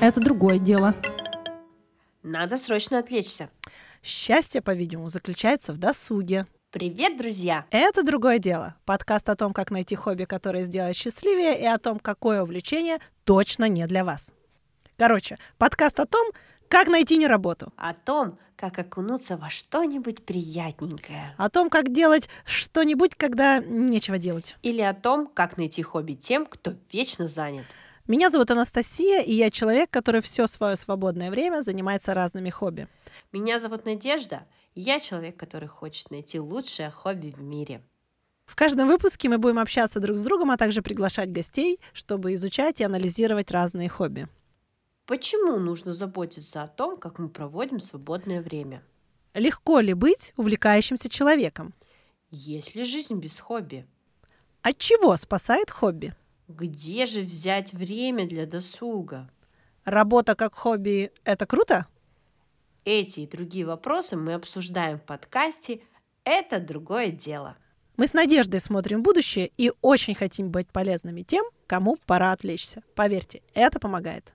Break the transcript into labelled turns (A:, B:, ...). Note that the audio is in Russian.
A: Это другое дело.
B: Надо срочно отвлечься.
A: Счастье, по-видимому, заключается в досуге.
B: Привет, друзья!
A: Это другое дело. Подкаст о том, как найти хобби, которое сделает счастливее, и о том, какое увлечение точно не для вас. Короче, подкаст о том, как найти не работу,
B: О том, как окунуться во что-нибудь приятненькое.
A: о том, как делать что-нибудь, когда нечего делать.
B: Или о том, как найти хобби тем, кто вечно занят.
A: Меня зовут Анастасия, и я человек, который все свое свободное время занимается разными хобби.
B: Меня зовут Надежда. Я человек, который хочет найти лучшее хобби в мире.
A: В каждом выпуске мы будем общаться друг с другом, а также приглашать гостей, чтобы изучать и анализировать разные хобби.
B: Почему нужно заботиться о том, как мы проводим свободное время?
A: Легко ли быть увлекающимся человеком?
B: Есть ли жизнь без хобби?
A: От чего спасает хобби?
B: Где же взять время для досуга?
A: Работа как хобби – это круто?
B: Эти и другие вопросы мы обсуждаем в подкасте «Это другое дело».
A: Мы с надеждой смотрим в будущее и очень хотим быть полезными тем, кому пора отвлечься. Поверьте, это помогает.